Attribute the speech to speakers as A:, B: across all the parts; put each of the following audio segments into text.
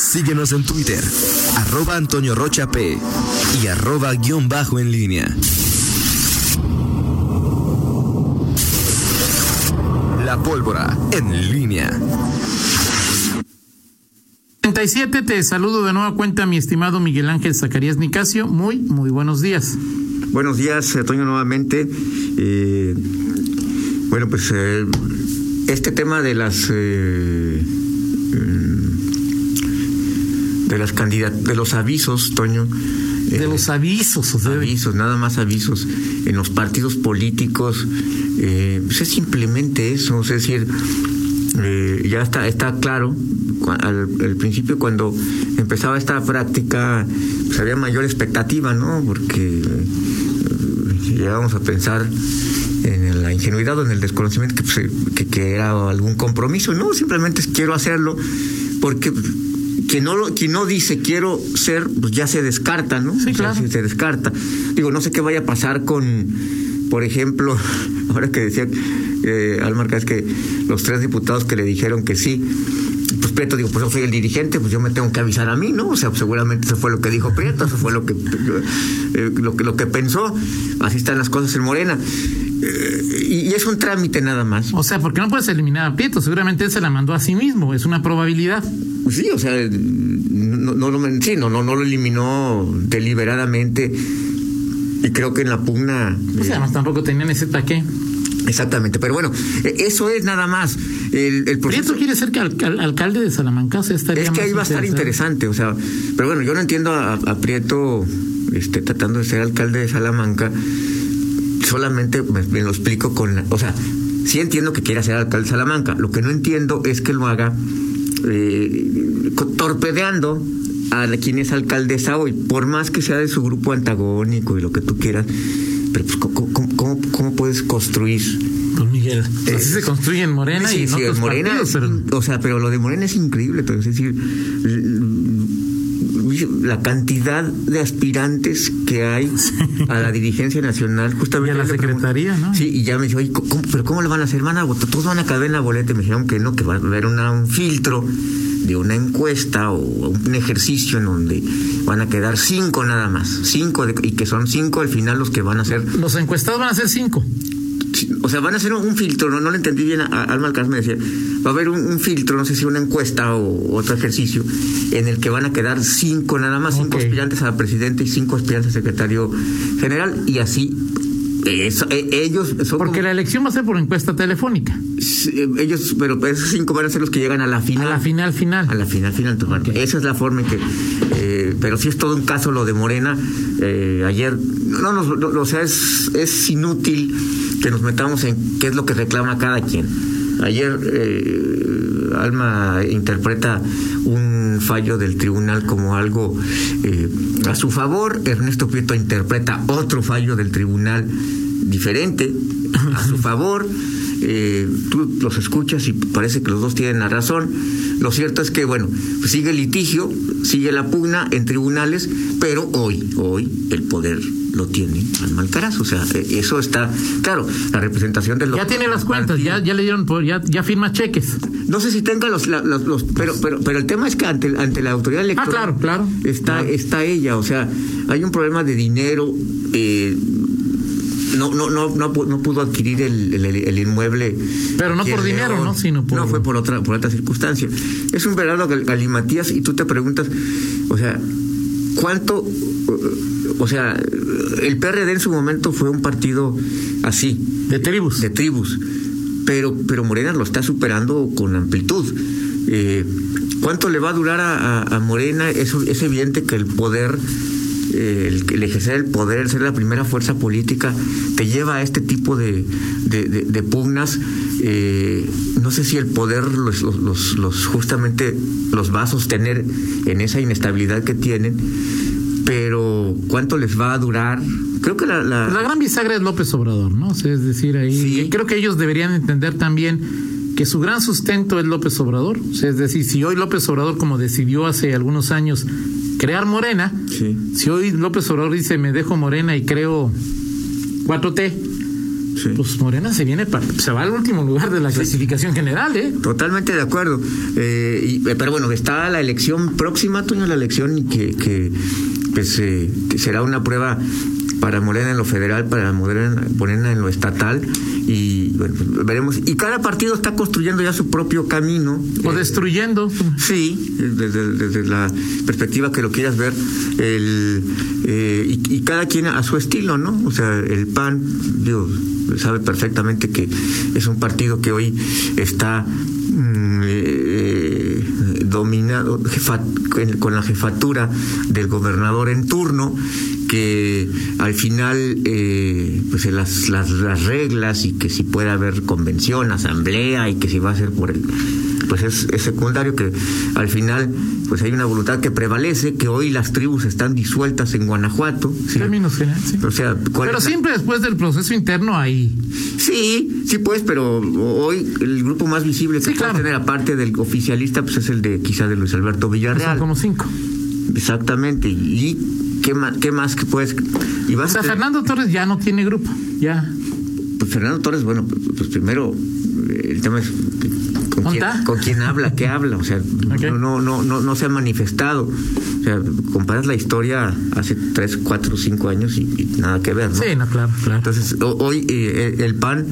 A: Síguenos en Twitter, arroba Antonio Rocha P y arroba guión bajo en línea. La pólvora en línea.
B: 37, te saludo de nueva cuenta mi estimado Miguel Ángel Zacarías Nicasio. Muy, muy buenos días.
C: Buenos días, Toño, nuevamente. Eh, bueno, pues eh, este tema de las eh, mm, de las candidat de los avisos, Toño.
B: De los avisos, o sea,
C: avisos, nada más avisos en los partidos políticos. Pues es simplemente eso, es decir, eh, ya está, está claro, al, al, principio cuando empezaba esta práctica, pues había mayor expectativa, ¿no? Porque eh, llegábamos a pensar en la ingenuidad o en el desconocimiento que, pues, que, que, era algún compromiso. No, simplemente quiero hacerlo porque quien no, quien no dice quiero ser, pues ya se descarta, ¿no?
B: Sí, claro.
C: O sea, se descarta. Digo, no sé qué vaya a pasar con, por ejemplo, ahora que decía eh, al Marcas que los tres diputados que le dijeron que sí, pues Prieto digo, pues yo soy el dirigente, pues yo me tengo que avisar a mí, ¿no? O sea, pues seguramente eso fue lo que dijo Prieto, eso fue lo que, eh, lo que, lo que pensó, así están las cosas en Morena. Eh, y, y es un trámite nada más.
B: O sea, porque no puedes eliminar a Prieto, seguramente él se la mandó a sí mismo, es una probabilidad.
C: Pues sí, o sea, no, no, lo, sí, no, no, no lo eliminó deliberadamente y creo que en la pugna.
B: Pues además tampoco tenían ese taque.
C: Exactamente, pero bueno, e, eso es nada más. El, el
B: proceso... quiere ser que al, alcalde de Salamanca o sea, estaría
C: Es que ahí va a estar interesante, o sea, pero bueno, yo no entiendo a, a, Prieto este, tratando de ser alcalde de Salamanca, solamente me, me lo explico con, la, o sea, sí entiendo que quiera ser alcalde de Salamanca, lo que no entiendo es que lo haga eh, torpedeando a quien es alcaldesa hoy, por más que sea de su grupo antagónico y lo que tú quieras, pero pues, ¿cómo, cómo, cómo puedes construir?
B: Pues Miguel, así eh, se construye en Morena sí, y en sí, otros Morena partidos,
C: es, pero... O sea, pero lo de Morena es increíble, entonces, es decir, la cantidad de aspirantes que hay sí. a la dirigencia nacional, justamente...
B: Y a la secretaría, pregunto, ¿no?
C: Sí, y ya me dijo, ¿cómo, ¿pero cómo le van a hacer? ¿Van a votar? ¿Todos van a caber en la boleta? Y me dijeron que no, que va a haber una, un filtro de una encuesta o un ejercicio en donde van a quedar cinco nada más, cinco, de, y que son cinco al final los que van a ser...
B: Los encuestados van a ser cinco.
C: O sea, van a hacer un, un filtro, no, no lo entendí bien, Alma Alcázar me decía, va a haber un, un, filtro, no sé si una encuesta o otro ejercicio, en el que van a quedar cinco nada más, cinco okay. aspirantes a presidente y cinco aspirantes a secretario general, y así eso, e, ellos
B: son Porque como... la elección va a ser por encuesta telefónica.
C: Sí, eh, ellos, pero esos cinco van a ser los que llegan a la final.
B: Ah. A la final, final.
C: A la final, final. Okay. Esa es la forma en que. Eh, pero sí es todo un caso lo de Morena. Eh, ayer. No, no, no, no, o sea, es, es inútil que nos metamos en qué es lo que reclama cada quien. Ayer eh, Alma interpreta un fallo del tribunal como algo eh, a su favor, Ernesto Prieto interpreta otro fallo del tribunal diferente a su favor. Eh, tú los escuchas y parece que los dos tienen la razón. Lo cierto es que, bueno, sigue el litigio, sigue la pugna en tribunales, pero hoy, hoy el poder lo tiene Alma Alcaraz. O sea, eh, eso está claro. La representación de los.
B: Ya tiene las cuentas, ya, ya le dieron, ya, ya firma cheques.
C: No sé si tenga los. los, los, los pero, pero, pero el tema es que ante, ante la autoridad electoral.
B: Ah, claro, claro.
C: Está,
B: claro.
C: está ella. O sea, hay un problema de dinero. Eh, no, no, no, no, no pudo adquirir el, el, el inmueble.
B: Pero no por dinero, León. ¿no? Sino por...
C: No, fue por otra, por otra circunstancia. Es un verano galimatías y tú te preguntas, o sea, ¿cuánto? O sea, el PRD en su momento fue un partido así.
B: De tribus.
C: De tribus. Pero, pero Morena lo está superando con amplitud. Eh, ¿Cuánto le va a durar a, a, a Morena? Es, es evidente que el poder eh, el, el, ejercer el poder, el ser la primera fuerza política, te lleva a este tipo de, de, de, de pugnas. Eh, no sé si el poder los, los, los, justamente los va a sostener en esa inestabilidad que tienen, pero ¿cuánto les va a durar? Creo que la, la...
B: la gran bisagra es López Obrador, ¿no? O sea, es decir, ahí sí. creo que ellos deberían entender también que su gran sustento es López Obrador. O sea, es decir, si hoy López Obrador, como decidió hace algunos años crear Morena, sí. si hoy López Obrador dice me dejo Morena y creo 4T, sí. pues Morena se viene para, se va al último lugar de la sí. clasificación general, ¿eh?
C: Totalmente de acuerdo. Eh, y, pero bueno, está la elección próxima, Toño, la elección y que, que, pues, eh, que será una prueba para Morena en lo federal, para Morena, en lo estatal y bueno, pues, veremos. Y cada partido está construyendo ya su propio camino.
B: O destruyendo.
C: Eh, sí, desde, desde, la perspectiva que lo quieras ver. El, eh, y, y, cada quien a su estilo, ¿no? O sea, el PAN, Dios sabe perfectamente que es un partido que hoy está... Mm, eh, dominado jefa, con la jefatura del gobernador en turno que al final eh, pues las, las, las, reglas y que si puede haber convención, asamblea y que si va a ser por el pues es, es, secundario que al final pues hay una voluntad que prevalece que hoy las tribus están disueltas en Guanajuato
B: ¿sí? General, sí. o sea, pero siempre la... después del proceso interno ahí
C: sí sí pues pero hoy el grupo más visible que sí, claro. tener aparte del oficialista pues es el de quizá de Luis Alberto
B: Son
C: Villarreal
B: como cinco
C: exactamente y ¿qué más, qué más que puedes?
B: Y vas o sea, a tener... Fernando Torres ya no tiene grupo, ya.
C: Pues Fernando Torres, bueno, pues primero el tema es con, quién, con quién, habla, qué habla, o sea, okay. no, no, no, no se ha manifestado. O sea, comparas la historia hace tres, cuatro, cinco años y, y nada que ver, ¿no?
B: Sí, no, claro, claro.
C: Entonces, hoy eh, el PAN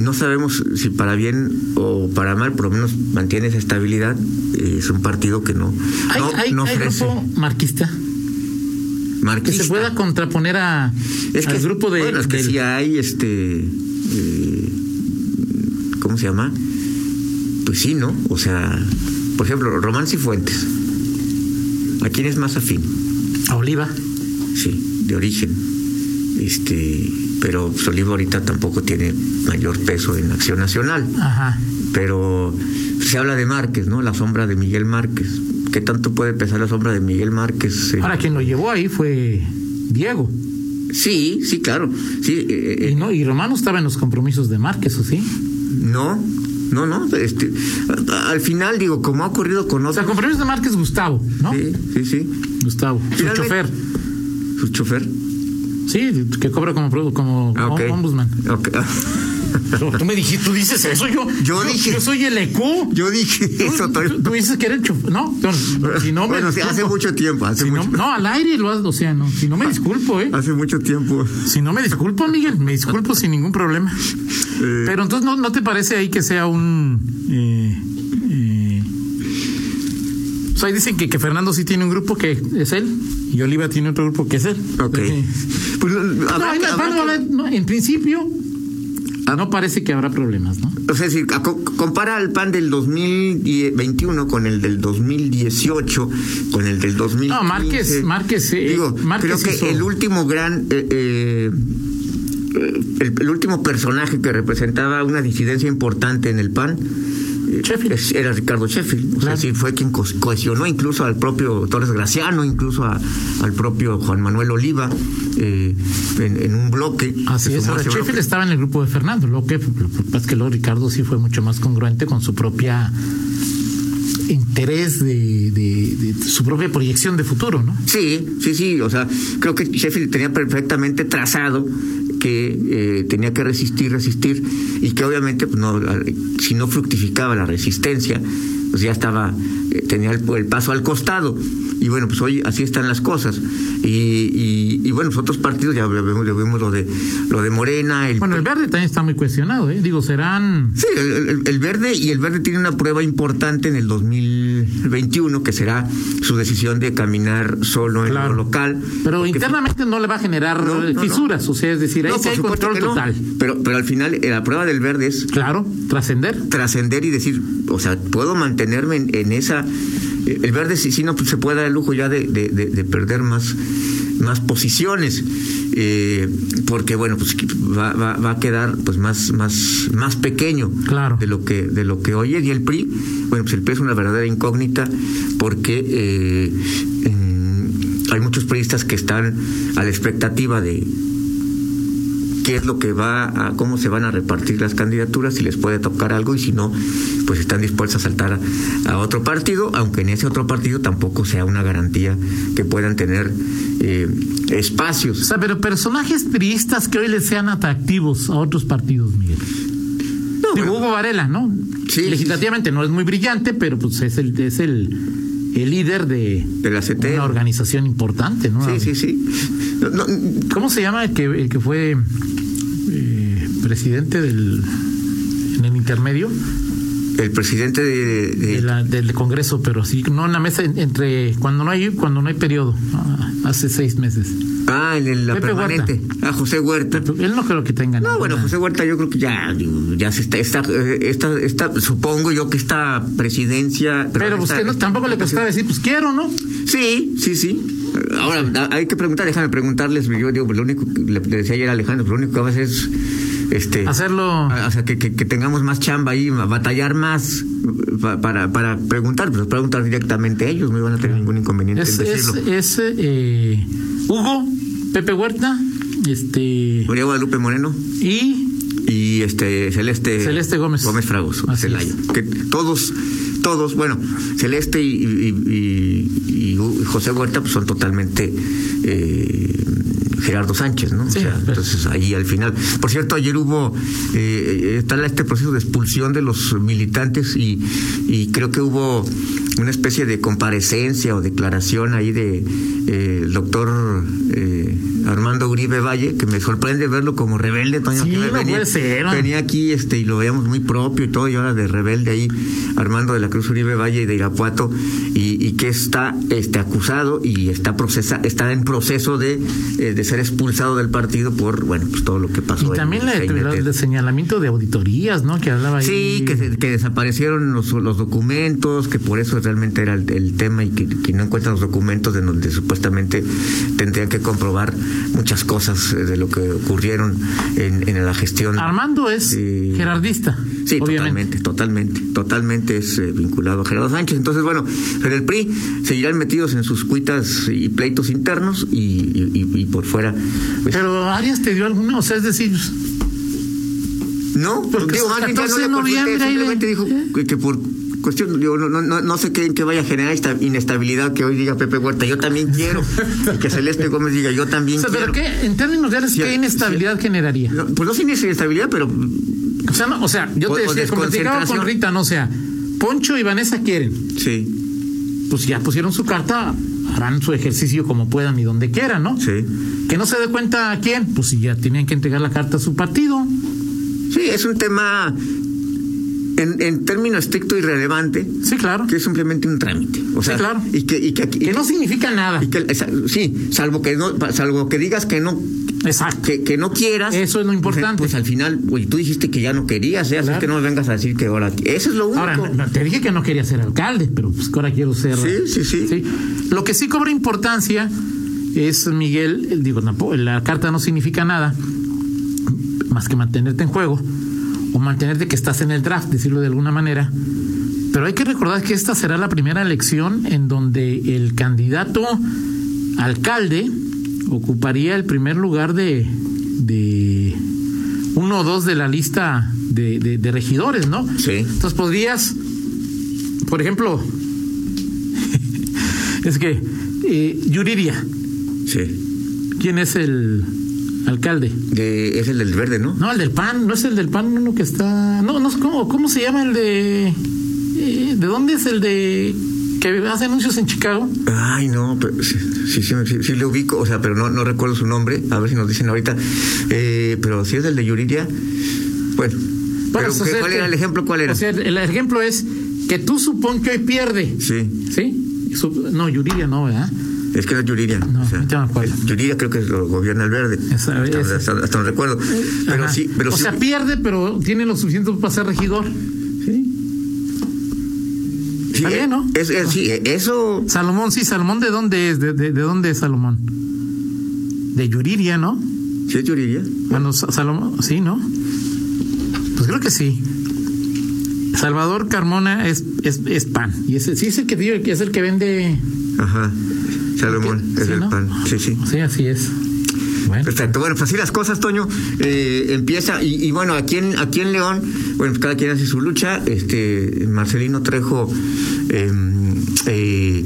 C: no sabemos si para bien o para mal, por lo menos mantiene esa estabilidad. eh, es un partido que no.
B: ¿Hay,
C: no,
B: hay,
C: no
B: ¿hay grupo marquista? Marquista. Que se pueda contraponer a es que, al grupo de.
C: Bueno, es que
B: del...
C: si hay este. Eh, ¿Cómo se llama? Pues sí, ¿no? O sea, por ejemplo, Román Cifuentes. ¿A quién es más afín?
B: A Oliva.
C: Sí, de origen. Este. Pero pues, Oliva ahorita tampoco tiene mayor peso en Acción Nacional. Ajá. Pero se habla de Márquez, ¿no? La sombra de Miguel Márquez. ¿Qué tanto puede pesar la sombra de Miguel Márquez?
B: Ahora, quien lo llevó ahí fue Diego.
C: Sí, sí, claro. Sí,
B: eh, y, no, y Romano estaba en los compromisos de Márquez, ¿o sí?
C: No, no, no. Este, al final, digo, como ha ocurrido con otros.
B: O sea, compromisos de Márquez, Gustavo, ¿no?
C: Sí, sí, sí.
B: Gustavo, Finalmente, su chofer.
C: Su chofer. Ah,
B: Sí, que cobra como, como okay. ombudsman.
C: Okay.
B: No, tú me dijiste, tú dices eso, yo.
C: Yo, yo dije.
B: Yo soy el EQ.
C: Yo dije eso.
B: Tú, tú, tú dices que eres chofer. No, si no me
C: bueno, disculpo, hace mucho tiempo. Hace
B: si
C: mucho... Ah.
B: No, no, al aire lo haces, o sea, no. Si no me disculpo, ¿eh?
C: Hace mucho tiempo.
B: Si no me disculpo, Miguel, me disculpo sin ningún problema. Eh... Pero entonces, ¿no, ¿no te parece ahí que sea un. Eh, eh... O sea, ahí dicen que, que Fernando sí tiene un grupo que es él y Oliva tiene otro grupo que es él.
C: Ok. Entonces,
B: pues, habrá, no, habrá, Ah. habrá, no, en principio, no parece que habrá problemas, ¿no?
C: O sea, si compara el PAN del 2021 con el del 2018, con el del 2015. No,
B: Márquez, Márquez, eh,
C: digo,
B: Márquez
C: creo que hizo... el último gran eh, eh, el, el, último personaje que representaba una disidencia importante en el PAN eh,
B: Sheffield.
C: era Ricardo Sheffield. Claro. O sea, sí, fue quien co cohesionó incluso al propio Torres Graciano, incluso a, al propio Juan Manuel Oliva eh, en, en, un bloque.
B: Así es, ahora Sheffield bloque. estaba en el grupo de Fernando, lo que es que luego Ricardo sí fue mucho más congruente con su propia interés de, de, de, de, su propia proyección de futuro, ¿no?
C: Sí, sí, sí. O sea, creo que Sheffield tenía perfectamente trazado que eh, tenía que resistir, resistir, y que obviamente pues, no, si no fructificaba la resistencia, pues ya estaba, eh, tenía el, el, paso al costado. Y bueno, pues hoy así están las cosas. Y, y, y bueno, los otros partidos, ya vemos, ya vemos, lo de lo de Morena. El...
B: Bueno, el verde también está muy cuestionado, ¿eh? Digo, serán...
C: Sí, el, el, el verde, y el verde tiene una prueba importante en el 2021, que será su decisión de caminar solo en claro. lo local.
B: Pero internamente no le va a generar no, no, fisuras, no. o sea, es decir, ahí sí hay control total.
C: Pero, pero al final, eh, la prueba del verde es...
B: Claro, trascender.
C: Trascender y decir, o sea, puedo mantenerme en, en esa eh, el verde sí, sí no pues se puede dar el lujo ya de, de, de, de perder más, más posiciones eh, porque bueno pues va, va, va, a quedar pues más más más pequeño
B: claro.
C: de lo que de lo que hoy es y el PRI bueno pues el PRI es una verdadera incógnita porque eh, en, hay muchos periodistas que están a la expectativa de qué es lo que va a, cómo se van a repartir las candidaturas, si les puede tocar algo y si no, pues están dispuestos a saltar a, a otro partido, aunque en ese otro partido tampoco sea una garantía que puedan tener eh, espacios.
B: O sea, pero personajes priistas que hoy les sean atractivos a otros partidos, Miguel. No, Digo, Hugo Varela, ¿no? Sí, Legislativamente sí, sí. no es muy brillante, pero pues es el, es el el líder de,
C: de la CT.
B: una organización importante, ¿no?
C: Sí, sí, sí. No, no,
B: ¿Cómo se llama el que, el que fue eh, presidente del en el intermedio?
C: El presidente de, de...
B: de la, del Congreso, pero sí, no en la mesa entre cuando no hay cuando no hay periodo, hace seis meses.
C: Ah, en el, la Pepe permanente. Huerta. Ah, José Huerta.
B: Pepe, él no creo que tenga.
C: No, bueno, pues, José Huerta yo creo que ya, ya se está, está, eh, está, está supongo yo que esta presidencia.
B: Pero pues que no, tampoco le costaba decir, pues quiero, ¿no?
C: Sí, sí, sí. Ahora, hay que preguntar, déjame preguntarles, yo digo, lo único, le, le decía ayer a Alejandro, lo único que vas a hacer es este
B: hacerlo
C: o sea que, que, que, tengamos más chamba ahí batallar más pa, para, para preguntar pues preguntar directamente a ellos no iban a tener ningún inconveniente
B: es,
C: en decirlo
B: es, es eh, Hugo Pepe Huerta este
C: María Guadalupe Moreno
B: y
C: y este Celeste
B: Celeste Gómez
C: Gómez Fragoso Celaya que todos todos, bueno, Celeste y, y, y, y José Huerta pues son totalmente eh, Gerardo Sánchez, ¿no?
B: Sí,
C: o sea,
B: pero...
C: entonces ahí al final. Por cierto, ayer hubo eh, está este proceso de expulsión de los militantes y, y creo que hubo una especie de comparecencia o declaración ahí de eh, el doctor eh, Armando Uribe Valle, que me sorprende verlo como rebelde.
B: Toño, sí,
C: no
B: venía, puede ser, ¿no?
C: venía aquí este y lo veíamos muy propio y todo, y ahora de rebelde ahí, Armando de la Cruz Uribe Valle y de Irapuato, y, y que está este, acusado y está, procesa, está en proceso de, eh, de ser expulsado del partido por, bueno, pues todo lo que pasó.
B: Y también la, la, el señalamiento de auditorías, ¿no? Que hablaba
C: Sí,
B: ahí.
C: Que, que, desaparecieron los, los documentos, que por eso realmente era el, el tema y que, que, no encuentran los documentos de donde supuestamente tendrían que comprobar muchas cosas eh, de lo que ocurrieron en, en la gestión.
B: Armando es eh, gerardista.
C: Sí,
B: obviamente.
C: totalmente, totalmente, totalmente es eh, vinculado a Gerardo Sánchez. Entonces, bueno, en el PRI seguirán metidos en sus cuitas y pleitos internos y, y, y por fuera.
B: Pues. Pero Arias te dio alguna, o sea, es decir,
C: Pues, no,
B: porque
C: digo, más bien no le noviembre simplemente dijo
B: ¿Eh?
C: que, que por cuestión, digo, no, no, no sé qué, en qué vaya a generar esta inestabilidad que hoy diga Pepe Huerta, yo también quiero, y que Celeste Gómez diga, yo también
B: o sea,
C: quiero.
B: ¿Pero qué, en términos reales,
C: Sí,
B: qué inestabilidad
C: sí.
B: generaría?
C: No, pues no sin inestabilidad, pero
B: O sea, no, o sea yo
C: O-
B: te
C: o
B: decía, como platicaba con
C: desconcentración.
B: Rita, no, o sea, Poncho y Vanessa quieren,
C: sí,
B: pues ya pusieron su carta, harán su ejercicio como puedan y donde quieran, ¿no?
C: sí.
B: Que no se dé cuenta a quién, pues si ya tenían que entregar la carta a su partido.
C: Sí, es un tema en, en término estricto irrelevante,
B: Sí, claro.
C: que es simplemente un trámite. O sea,
B: claro.
C: y que, y que, y
B: Que no significa nada.
C: y que- esa- sí, salvo que no, salvo que digas que no,
B: Exacto.
C: que, que no quieras.
B: Eso es lo importante.
C: Pues, al final, güey, tú dijiste que ya no querías, ¿eh? así
B: Claro.
C: que no me vengas a decir que ahora. Eso es lo único.
B: Ahora, no- no, te dije que no quería ser alcalde, pero pues que ahora quiero ser.
C: Sí, sí, sí.
B: Lo que sí cobra importancia es, Miguel, eh, digo, tampoco- la carta no significa nada más que mantenerte en juego o mantenerte que estás en el draft, decirlo de alguna manera. Pero hay que recordar que esta será la primera elección en donde el candidato alcalde ocuparía el primer lugar de, de uno o dos de la lista de, de- de regidores, ¿no?
C: Sí.
B: Entonces podrías, por ejemplo, es que eh, Yuriria,
C: Sí.
B: ¿quién es el alcalde?
C: De, es el del verde, ¿no?
B: No, el del PAN, no es el del PAN uno que está... No, no es como, ¿cómo se llama el de... eh, ¿De dónde es el de... que hace anuncios en Chicago?
C: Ay, no, pero sí, sí, sí, sí, sí le ubico, o sea, pero no, no recuerdo su nombre, a ver si nos dicen ahorita. Eh, pero si es el de Yuridia, bueno.
B: Bueno,
C: pero,
B: o sea,
C: ¿qué- ¿Cuál
B: que-
C: era el ejemplo? ¿Cuál era?
B: O sea, el ejemplo es que tú supón que hoy pierde,
C: sí,
B: ¿sí? Su- no, Yuriria no, ¿verdad?
C: es que era Yuridia.
B: No,
C: o sea,
B: ahorita me acuerdo.
C: Yuridia creo que lo gobierna el verde.
B: Esa-
C: hasta,
B: esa.
C: hasta- hasta no recuerdo. Pero
B: Ajá.
C: sí, pero
B: o
C: sí.
B: sea, pierde, pero tiene lo suficiente para ser regidor.
C: sí,
B: está bien, ¿no?
C: eh, es- es- sí, eso.
B: Salomón, sí, Salomón, ¿de dónde es? ¿De, de, de dónde es Salomón? De Yuriria, ¿no?
C: Sí, es Yuridia.
B: Bueno, Sa- Salomón, sí, ¿no? Pues creo que sí. Salvador Carmona es, es, es pan. Y ese, sí, es el que digo, es el que vende.
C: Ajá. Salomón,
B: que-
C: es
B: sí,
C: el
B: ¿no?
C: pan. Sí, sí.
B: Sí, así es.
C: Bueno. Perfecto. Bueno, pues así las cosas, Toño. Eh, empieza. Y, y, bueno, aquí en, aquí en León, bueno, cada quien hace su lucha. Este, Marcelino Trejo. Eh, eh,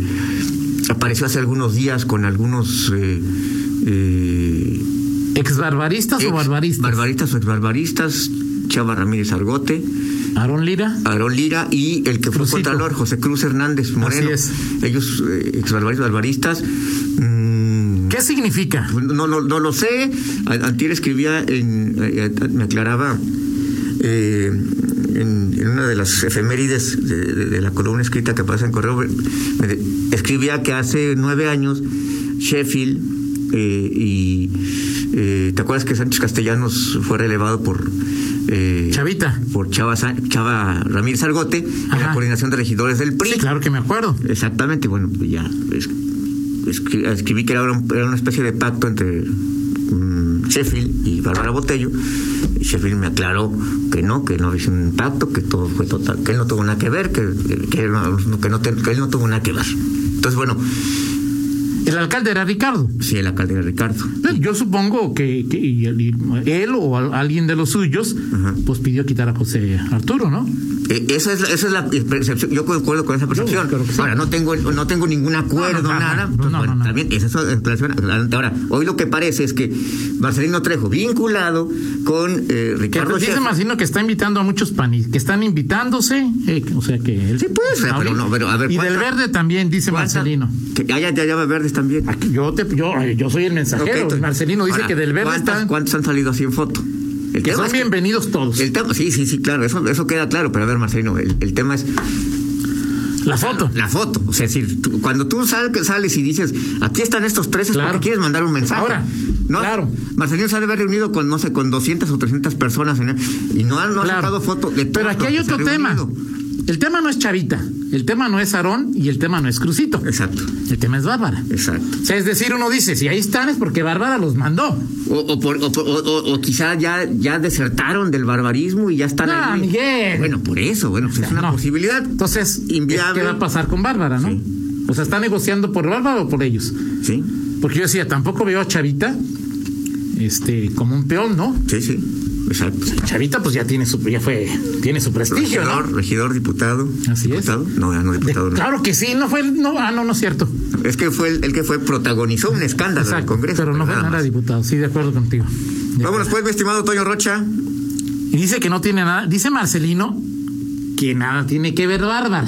C: apareció hace algunos días con algunos eh,
B: ¿Ex barbaristas ex o barbaristas?
C: Eh, Barbaristas o ex barbaristas, Chava Ramírez Argote.
B: Aarón Lira.
C: Aarón Lira y el que Crucito. fue contralor, José Cruz Hernández Moreno. Así es. Ellos, ex barbaristas, barbaristas.
B: Mm, ¿Qué significa?
C: No, no, no lo sé. Antier escribía, en, eh, me aclaraba eh, en, en, una de las efemérides de, de, de, la columna escrita que pasa en correo, me escribía que hace nueve años Sheffield eh, y eh, ¿Te acuerdas que Sánchez Castellanos fue relevado por
B: eh, Chavita?
C: Por Chava, Chava Ramírez Argote, Ajá. en la coordinación de regidores del PRI.
B: Sí, claro que me acuerdo.
C: Exactamente, bueno, pues ya es, escri, escribí que era, un, era, una especie de pacto entre um, Sheffield y Bárbara Botello. Sheffield me aclaró que no, que no había sido un pacto, que todo fue total, que él no tuvo nada que ver, que, que, no, que, no, que él no tuvo nada que ver. Entonces, bueno,
B: el alcalde era Ricardo.
C: Sí, el alcalde era Ricardo.
B: Yo supongo que, que y él, y él o a, alguien de los suyos Ajá. pues pidió quitar a José Arturo, ¿no?
C: Eh, esa, es la, esa es la percepción. Yo concuerdo con esa percepción. Yo, sí. Ahora, no tengo, no tengo ningún acuerdo, no, no, nada. No, bueno, también, esa es Ahora, hoy lo que parece es que Marcelino Trejo, vinculado con eh, Ricardo.
B: Dice Marcelino que está invitando a muchos panistas, que están invitándose. Eh, o sea que. Él,
C: sí, puede ser, pero no, pero a ver.
B: Y del verde también, dice
C: ¿cuánta?
B: Marcelino.
C: Que ah, allá, allá, verdes también. Ah,
B: Aquí, yo, te, yo, yo soy el mensajero. Okay, Marcelino dice Ahora, que del verde
C: ¿cuántas,
B: están.
C: ¿Cuántos han salido así en foto?
B: El que son es que, bienvenidos todos.
C: El tema, sí, sí, sí, claro, eso, eso queda claro, pero a ver, Marcelino, el, el tema es.
B: La foto.
C: La, la foto. O sea, si tú, cuando tú sales, sales, y dices, aquí están estos tres, claro. porque quieres mandar un mensaje.
B: Ahora.
C: ¿no?
B: Claro.
C: Marcelino se ha de haber reunido con, no sé, con 200 o 300 personas en el, y no, han, no claro. ha sacado foto de
B: Pero aquí hay otro tema. Reunido. El tema no es Chavita, el tema no es Aarón y el tema no es Crucito.
C: Exacto.
B: El tema es Bárbara.
C: Exacto.
B: O sea, es decir, uno dice, si ahí están es porque Bárbara los mandó.
C: O, o, por, o, o quizá ya, ya desertaron del barbarismo y ya están
B: no, ahí. Miguel.
C: Bueno, por eso, bueno, pues o sea, es una no. posibilidad.
B: Entonces, inviable. ¿qué va a pasar con Bárbara, no? Sí. O sea, ¿está negociando por Bárbara o por ellos?
C: Sí.
B: Porque yo decía, tampoco veo a Chavita este, como un peón, ¿no?
C: Sí, sí. Exacto.
B: Chavita, pues ya tiene su, ya fue, tiene su prestigio,
C: regidor,
B: ¿no?
C: regidor diputado.
B: Así
C: diputado.
B: es. Ah,
C: No, no diputado. No.
B: Claro que sí, no fue, no, ah, no, no es cierto.
C: Es que fue el, el que fue protagonizó un escándalo Exacto, en el Congreso.
B: Pero no fue nada, nada diputado, sí, de acuerdo contigo.
C: De Vámonos pues, mi estimado Toño Rocha.
B: Y dice que no tiene nada, dice Marcelino que nada tiene que ver Bárbara.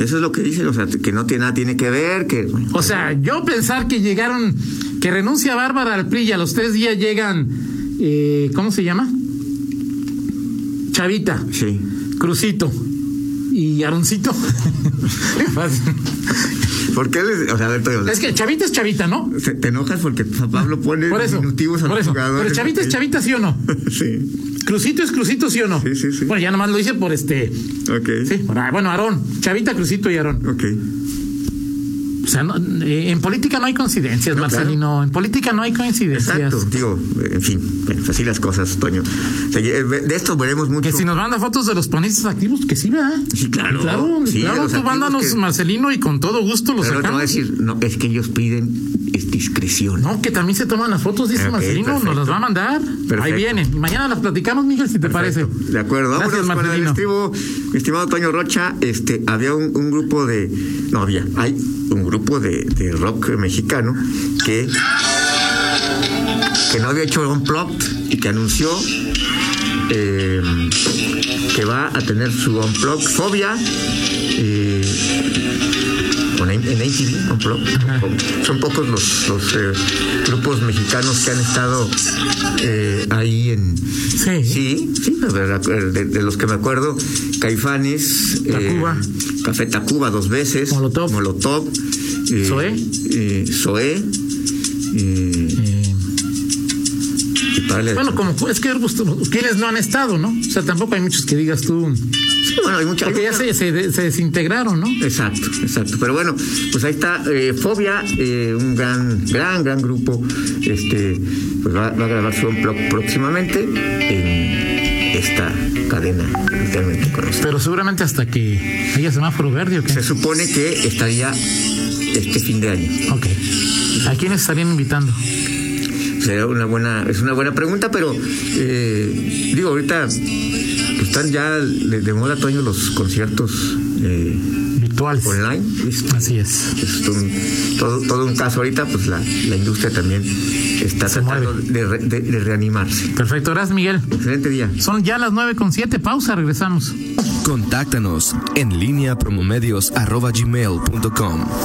C: Eso es lo que dicen, o sea, que no tiene nada tiene que ver, que
B: O sea, yo pensar que llegaron que renuncia Bárbara al PRI y a los tres días llegan eh, ¿cómo se llama? Chavita.
C: Sí.
B: Crucito. Y Aroncito.
C: ¿Por qué les, o sea, a ver, todo,
B: Es que Chavita es Chavita, ¿no?
C: Se, te enojas porque Pablo pone
B: por eso,
C: diminutivos a
B: por
C: los
B: eso. Pero Chavita es Chavita, ¿sí o no?
C: sí.
B: Crucito es Crucito, ¿sí o no?
C: Sí, sí, sí.
B: Bueno, ya nomás lo hice por este.
C: Ok.
B: Sí, ah, bueno, Aarón. Chavita, Crucito y Aarón.
C: Ok.
B: O sea, no, eh, en política no hay coincidencias, no, Marcelino. Claro. En política no hay coincidencias.
C: Exacto, digo, en fin, bueno, así las cosas, Toño. O sea, de esto veremos
B: Que
C: mucho.
B: si nos manda fotos de los panistas activos, que sí, ¿verdad?
C: Sí, claro.
B: Claro,
C: sí,
B: claro tú mándanos, que... Marcelino, y con todo gusto los
C: Pero
B: sacamos.
C: no voy a decir, no, es que ellos piden es discreción.
B: No, que también se toman las fotos, dice okay, Marcelino, perfecto. nos las va a mandar. Perfecto. Ahí vienen. Mañana las platicamos, Miguel, si te perfecto.
C: parece. De acuerdo, vámonos Gracias, Marcelino. Con el estribo, mi estimado Toño Rocha. Este, había un, un grupo de. No había, hay un grupo grupo de, de, rock mexicano que, que no había hecho un plot y que anunció eh, que va a tener su unplug fobia eh, en ATV unplug. Son pocos los, los eh, grupos mexicanos que han estado eh, ahí en.
B: Sí,
C: sí, sí de, de, los que me acuerdo: Caifanes, eh,
B: Tacuba.
C: Café Tacuba dos veces,
B: Molotov.
C: Molotov
B: eh, Zoé.
C: Eh, Zoé. Eh,
B: y bueno, como es que quienes no han estado, ¿no? O sea, tampoco hay muchos que digas tú.
C: Sí, bueno, hay muchas.
B: Porque ya se, se, se, desintegraron, ¿no?
C: Exacto, exacto. Pero bueno, pues ahí está Fobia, eh, un gran, gran, gran grupo. Este, pues va, va a grabar su blog próximamente en esta cadena realmente conocida.
B: Pero seguramente hasta que haya semáforo verde o qué.
C: Se supone que estaría este fin de año.
B: Ok. ¿A quiénes estarían invitando?
C: Será una buena, es una buena pregunta, pero eh, digo, ahorita están ya de, de moda, Toño, los conciertos eh,
D: virtuales.
C: online.
D: Así es.
C: Es un- todo, todo un caso ahorita, pues la, la industria también está
D: Se
C: tratando
D: mueve.
C: de, re- de- de reanimarse.
B: Perfecto, gracias Miguel.
C: Excelente día.
B: Son ya las 9 con 7, pausa, regresamos.
A: Contáctanos en línea promomedios arroba gmail punto com.